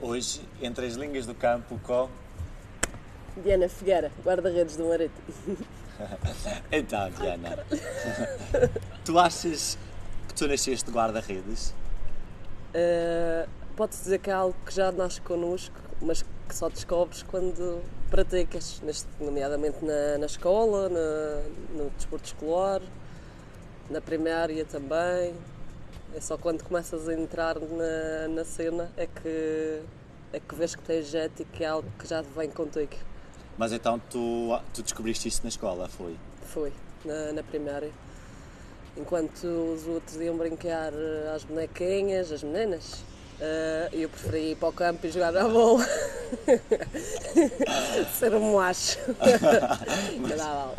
hoje, entre as línguas do campo, com. Diana Figueira, guarda-redes do Marete. Então, Diana, tu achas que tu nasceste de guarda-redes? Ah, Pode-se dizer que é algo que já nasce connosco, mas que só descobres quando praticas, neste, nomeadamente na, na escola, na- no desporto escolar, na primária também. É só quando começas a entrar na, na cena é que, é que vês que tens jeito e que é algo que já vem contigo. Mas então tu, tu descobriste isso na escola, foi? Foi, na, na primária. Enquanto os outros iam brincar eh, às bonequinhas, as meninas, eh, eu preferi ir para o campo e jogar a bola. Ser um macho. Mas... dá mal.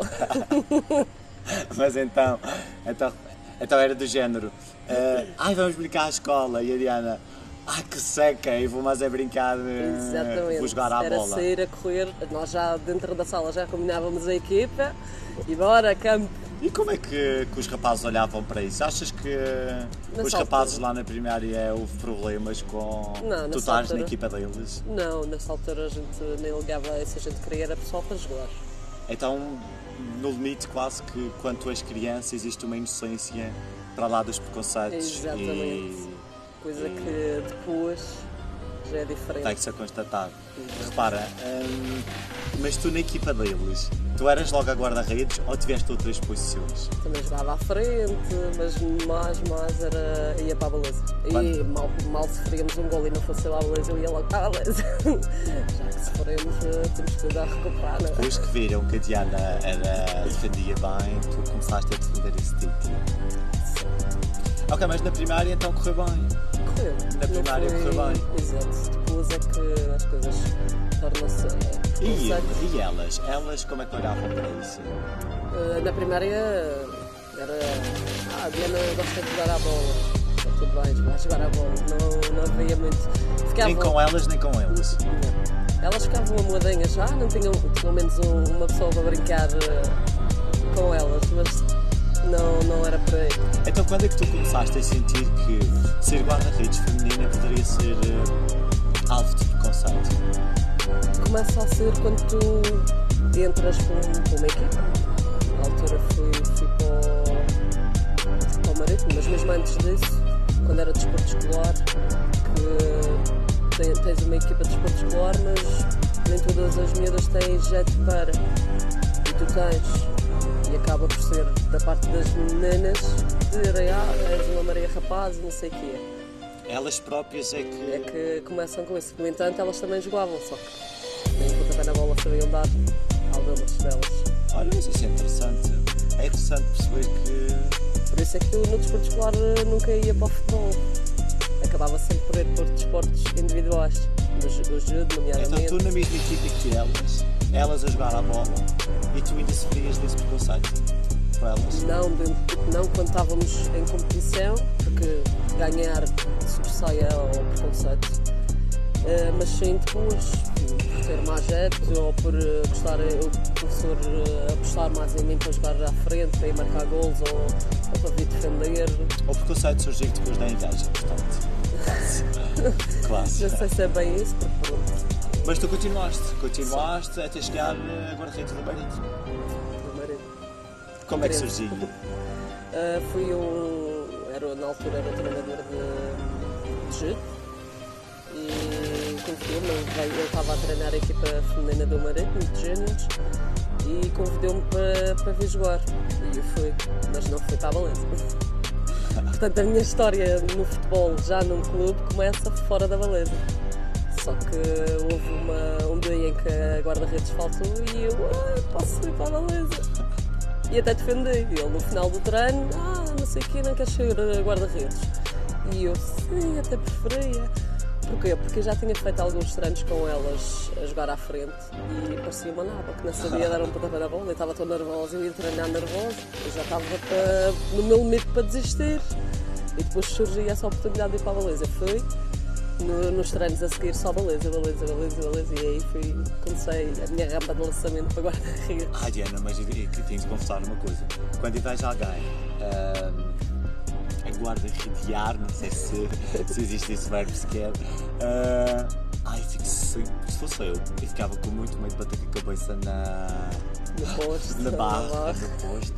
Mas então, então, então era do género. eh, Ai, vamos brincar à escola. E a Diana, ai que seca, e vou mais é brincar. eh, Exatamente. Vou jogar à Era bola. sair a correr. Nós já dentro da sala já combinávamos a equipa. E bora, campo. E como é que, que os rapazes olhavam para isso? Achas que os altura. rapazes lá na primária houve problemas com Não, tu nessa estás na altura. equipa deles? Não, nessa altura a gente nem ligava a isso, a gente queria era pessoal para jogar. Então, no limite, quase que quanto és criança, existe uma inocência para lá dos preconceitos. Exatamente. E... Coisa que depois já é diferente. Hum. Tem que ser constatado. Repara, hum, mas tu na equipa deles, tu eras logo a guarda-redes ou tiveste outras posições? Também jogava à frente, mas mais, mais era. ia para a beleza. E Quando- mal, mal sofríamos um gol e não fosse lá a beleza, eu ia logo para a beleza. Já que sofremos, eh, temos que ajudar a recuperar, não é? Depois que viram que a Diana era, defendia bem, tu começaste a defender esse título. Ok, mas na primária então correu bem. Correu. Na primária correu bem. Exato. Depois é que as coisas tornam-se. eh, E, conceitos. e elas? Elas como é que olhavam para isso? Eh, Na primária era. Ah, a Diana gosta de jogar à bola. Está tudo bem, vai jogar à bola. Não, não havia muito. Ficava. Nem com elas, nem com eles. Não. é. Elas ficavam amoadinhas já, não tinham pelo menos um- uma pessoa para brincar eh, com elas, mas não, não era por aí. Então quando é que tu começaste a sentir que ser guarda-redes feminina poderia ser eh, alvo de preconceito? Começa a ser quando tu entras para um- para uma equipa. Na altura fui, fui para, o, para o Marítimo, mas mesmo antes disso, quando era desporto escolar, que te- tens uma equipa de desporto escolar, mas nem todas as miúdas têm jeito para. E tu tens. E acaba por ser da parte das meninas dizerem, ah, és uma Maria Rapaz e não sei o quê. Elas próprias é que. É que começam com isso. No entanto, elas também jogavam, só que nem o pontapé na bola sabiam dar algumas delas. Olha, mas isso é interessante. É interessante perceber que. então, Por isso é que eu no desporto escolar eh, nunca ia para o futebol. Acabava sempre por ir por desportos individuais. O ju- o judo, Então, nomeadamente. tu na mesma equipa que elas, elas a jogar à bola, e tu ainda sofrias desse preconceito com elas. Não, de- não quando estávamos em competição, porque ganhar sobressaia ao preconceito. Eh, mas sim depois, por ter mais jeito ou por eh, gostar, eh, o professor eh, apostar mais em mim para jogar à frente, para ir marcar gols ou, ou para vir defender. O preconceito surgiu depois da inveja, portanto. Classe. Não sei se é bem isso, porque pronto, Mas tu continuaste, continuaste até chegar a guarda-redes do Barito. meu marido. Como é que Credo. surgiu? Uh, fui um. Era, na altura era treinador de, de judo e convidou-me, ele veio- ele estava a treinar a equipa feminina do Marítimo, de Juniors, e convidou-me para, para vir jogar. E eu fui, mas não fui para a Valença. Portanto, a minha história no futebol, já num clube, começa fora da Valença. Só que houve uma- um dia em que a guarda-redes faltou e eu "Ah, posso ir para a Valença. E até defendi. Ele no final do treino, ah, não sei o quê, não quer ser eh, guarda-redes. E eu, sim, até preferia. Porquê? Porque eu já tinha feito alguns treinos com elas a jogar à frente e parecia uma naba, que não sabia dar um pontapé na bola. Eu estava tão nervosa, eu ia treinar nervosa. Eu já estava para- no meu limite para desistir. E depois surgia essa oportunidade de ir para a Valeza. Fui, no- nos treinos a seguir só Valeza, Valeza, Valeza, Valeza. E aí fui, comecei a minha rampa de lançamento para guarda-redes. Ah, Diana, mas eu tenho que te confessar uma coisa. Quando vais alguém hum, ahm, a guarda-redear, não sei se, se existe esse verbo sequer, ah, Ai, fico, se, se fosse eu, eu ficava com muito medo de bater com a cabeça na. No posto, Na na barra, barra. no posto.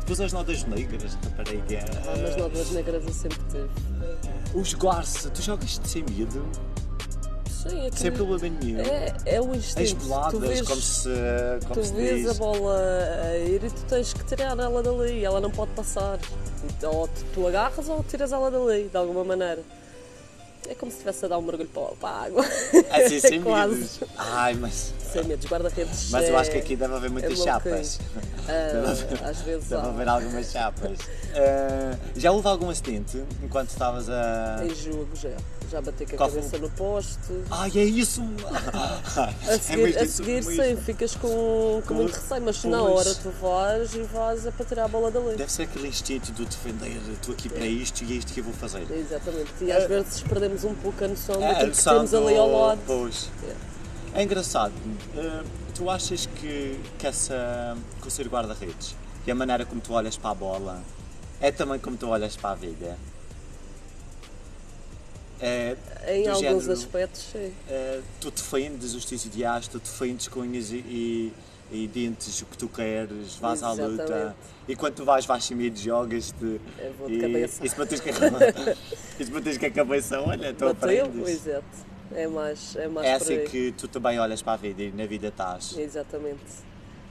Depois as notas negras, é, reparei que era. Ah, mas novas negras eu sempre tive. O esgoar-se, tu jogas sem medo, Sim, é que- sem problema nenhum. É, é o instinto. As tu boladas, vês, como se. Como tu se vês diz. a bola a ir e tu tens que tirar ela dali, ela não pode passar. Então, ou tu- tu agarras ou tiras ela dali, de alguma maneira. É como se estivesse a dar um mergulho para, para a água. Assim, sem Quase. medos. Ai, mas. Sem medos, guarda-redes. Mas eu é- acho que aqui deve haver é muitas um chapas. Deve haver- Ah, às vezes Deve haver há, algumas chapas. Ah, já houve algum acidente enquanto estavas a. em jogo já. Já bater com a Qual foi? cabeça no posto. Ai, é isso! A seguir, mesmo a É isso, seguir mesmo sim, isso. ficas com, com muito Pois. receio, mas na Pois. hora tu vais e vais é para tirar a bola dali. Deve ser aquele instinto de defender, estou aqui para isto e é isto que eu vou fazer. Exatamente. E às vezes perdemos um pouco a noção É, daquilo que noção temos ali ao do- lado. Pois. É engraçado, eh, tu achas que, que, essa, que o ser guarda-redes e a maneira como tu olhas para a bola é também como tu olhas para a vida? É, Em do alguns género, aspectos, sim. eh, tu defendes os teus ideais, tu defendes com unhas e, e, e dentes o que tu queres, vais à luta. Exatamente. E quando tu vais, vais sem medo, jogas-te. Eu vou de E, cabeça. e se bateres com a cabeça, e se bateres com a cabeça, olha, tu Bateu? aprendes. Exato. É mais, é mais É por aí. assim que tu também olhas para a vida e na vida estás. Exatamente.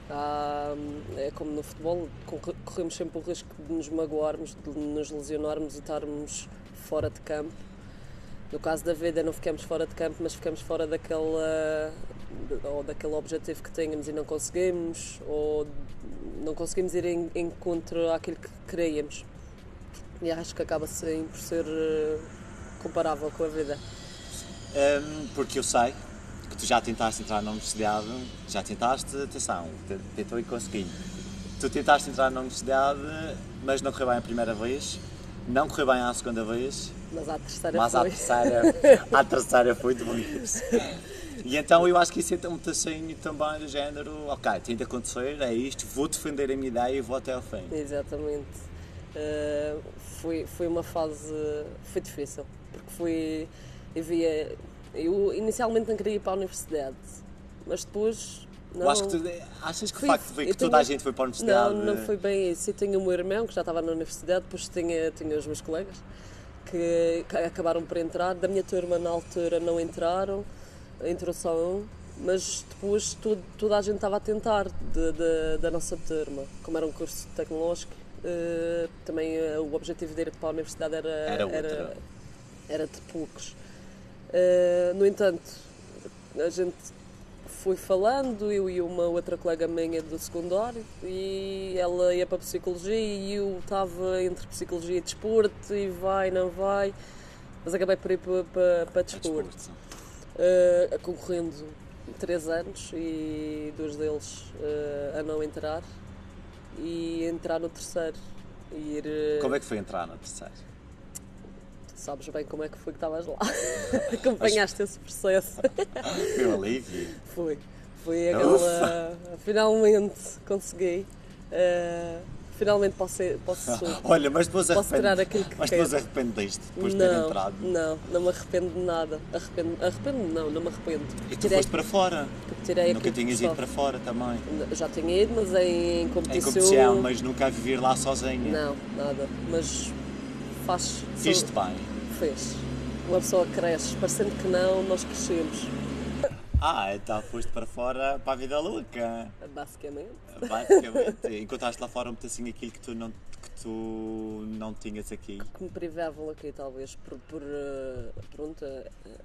Há, é como no futebol, corre- corremos sempre o risco de nos magoarmos, de nos lesionarmos e estarmos fora de campo. No caso da vida, não ficamos fora de campo, mas ficamos fora daquela, ou daquele objetivo que tínhamos e não conseguimos, ou não conseguimos ir em em encontro àquilo que queríamos. E acho que acaba sim por ser eh, comparável com a vida. Hum, porque eu sei que tu já tentaste entrar na universidade, já tentaste, atenção, te- tentou e conseguiu. Tu tentaste entrar na universidade, mas não correu bem a primeira vez, não correu bem à segunda vez, Mas à terceira mas à foi. terceira, à terceira foi de vez. E então eu acho que isso é um tacinho também do género, ok, tem de acontecer, é isto, vou defender a minha ideia e vou até ao fim. Exatamente. Uh, foi, foi uma fase. Foi difícil, porque foi. Eu, via, eu inicialmente não queria ir para a universidade, mas depois. Não, Eu acho que tu, achas que o Fui- facto de ver eu que tenho- toda a gente foi para a universidade... não, não foi bem isso. Eu tinha o meu irmão que já estava na universidade, depois tinha, tinha os meus colegas que, que acabaram por entrar. Da minha turma, na altura, não entraram, entrou só um, mas depois tu- toda a gente estava a tentar de- de- da nossa turma. Como era um curso tecnológico, eh, também eh, o objetivo de ir para a universidade era, Era outra. era de poucos. Eh, no entanto, a gente foi falando, eu e uma outra colega minha do secundário, e ela ia para a psicologia e eu estava entre psicologia e desporto, e vai, não vai, mas acabei por ir para, para, para É desporto. desporto. Eh, concorrendo três anos e dois deles eh, a não entrar, e entrar no terceiro. E ir, eh, Como é que foi entrar na terceira? Sabes bem como é que foi que estavas lá. Acompanhaste esse processo. Foi um alívio. Foi. Foi aquela. Finalmente consegui. Uh, finalmente posso, posso, Olha, mas depois posso tirar arrependeste. aquilo que Mas quero. depois arrependeste depois de ter não, entrado. não, não me arrependo de nada. Arrependo, arrependo não, não me arrependo. E tu tirei, foste para fora. tirei Nunca aquilo É que tinhas ido para gostava. fora também. É Já tinha ido, mas em competição. Em competição, mas nunca a viver lá sozinha. Não, nada. Mas faz. Fizeste bem. Fez. Uma pessoa cresce. Parecendo que não, nós crescemos. Ah, então foste para fora para a vida louca. Basicamente. Basicamente. Encontraste lá fora um pedacinho aquilo que tu não, que tu não tinhas aqui. que me privavam aqui, talvez, por, por eh, pronto, eh, eh,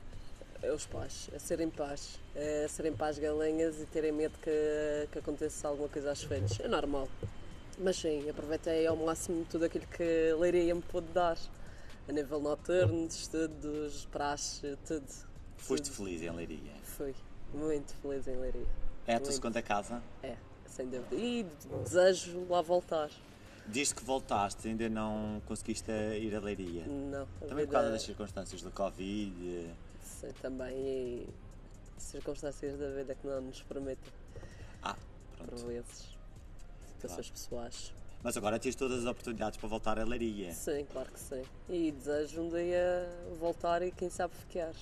é os pais, a serem pais, eh, a serem pais galinhas e terem medo que, que aconteça alguma coisa às filhas. É normal. Mas sim, aproveitei ao máximo tudo aquilo que Leiria me pôde dar, a nível noturno, de estudos, praxe, tudo. Foste Tudo. feliz em Leiria. Fui muito feliz em Leiria. É a tua Muito. segunda casa? É, sem dúvida. E desejo lá voltar. Desde que voltaste, ainda não conseguiste ir a Leiria. Não, a Também por vida- causa das circunstâncias do Covid. Sim, também e circunstâncias da vida que não nos permitem, Ah, por pronto. vezes, situações pessoais. Mas agora tens todas as oportunidades para voltar à Leiria. Sim, claro que sim. E desejo um dia voltar e quem sabe ficar.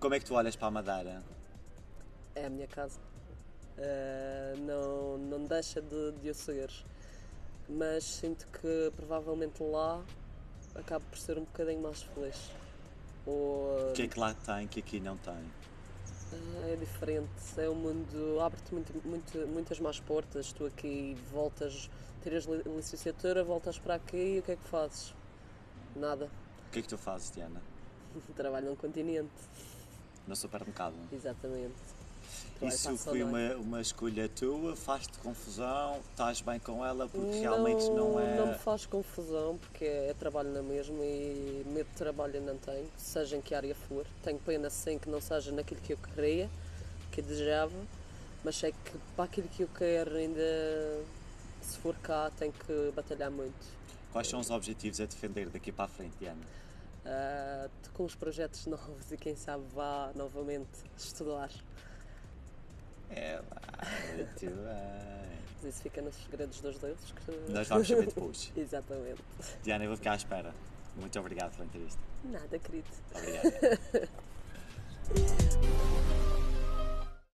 Como é que tu olhas para a Madeira? É a minha casa. Eh, não, não deixa de, de o ser. Mas sinto que provavelmente lá acabo por ser um bocadinho mais feliz. Ou O que é que lá tem que aqui não tem? ah, é diferente, é um mundo. abre-te muito, muito- muitas mais portas. Tu aqui voltas, tiras li- licenciatura, voltas para aqui e o que é que fazes? Nada. O que é que tu fazes, Diana? Trabalho num continente. No supermercado? Exatamente. Trabalho para Isso a foi Sonai. uma, uma escolha tua? Faz-te confusão? Estás bem com ela? Porque realmente não é. Não me faz confusão, porque é trabalho na mesma e medo de trabalho eu não tenho, seja em que área for. Tenho pena sim que não seja naquilo que eu queria, que eu desejava, mas sei que para aquilo que eu quero ainda, se for cá, tenho que batalhar muito. Quais são os objetivos a defender daqui para a frente, Diana? Ah, com os projetos novos e quem sabe vá novamente estudar. É, vai, muito bem. Mas isso fica nos segredos dos deuses. Que... Nós vamos saber depois. Exatamente. Diana, eu vou ficar à espera. Muito obrigado pela entrevista. Nada, querido. Obrigado.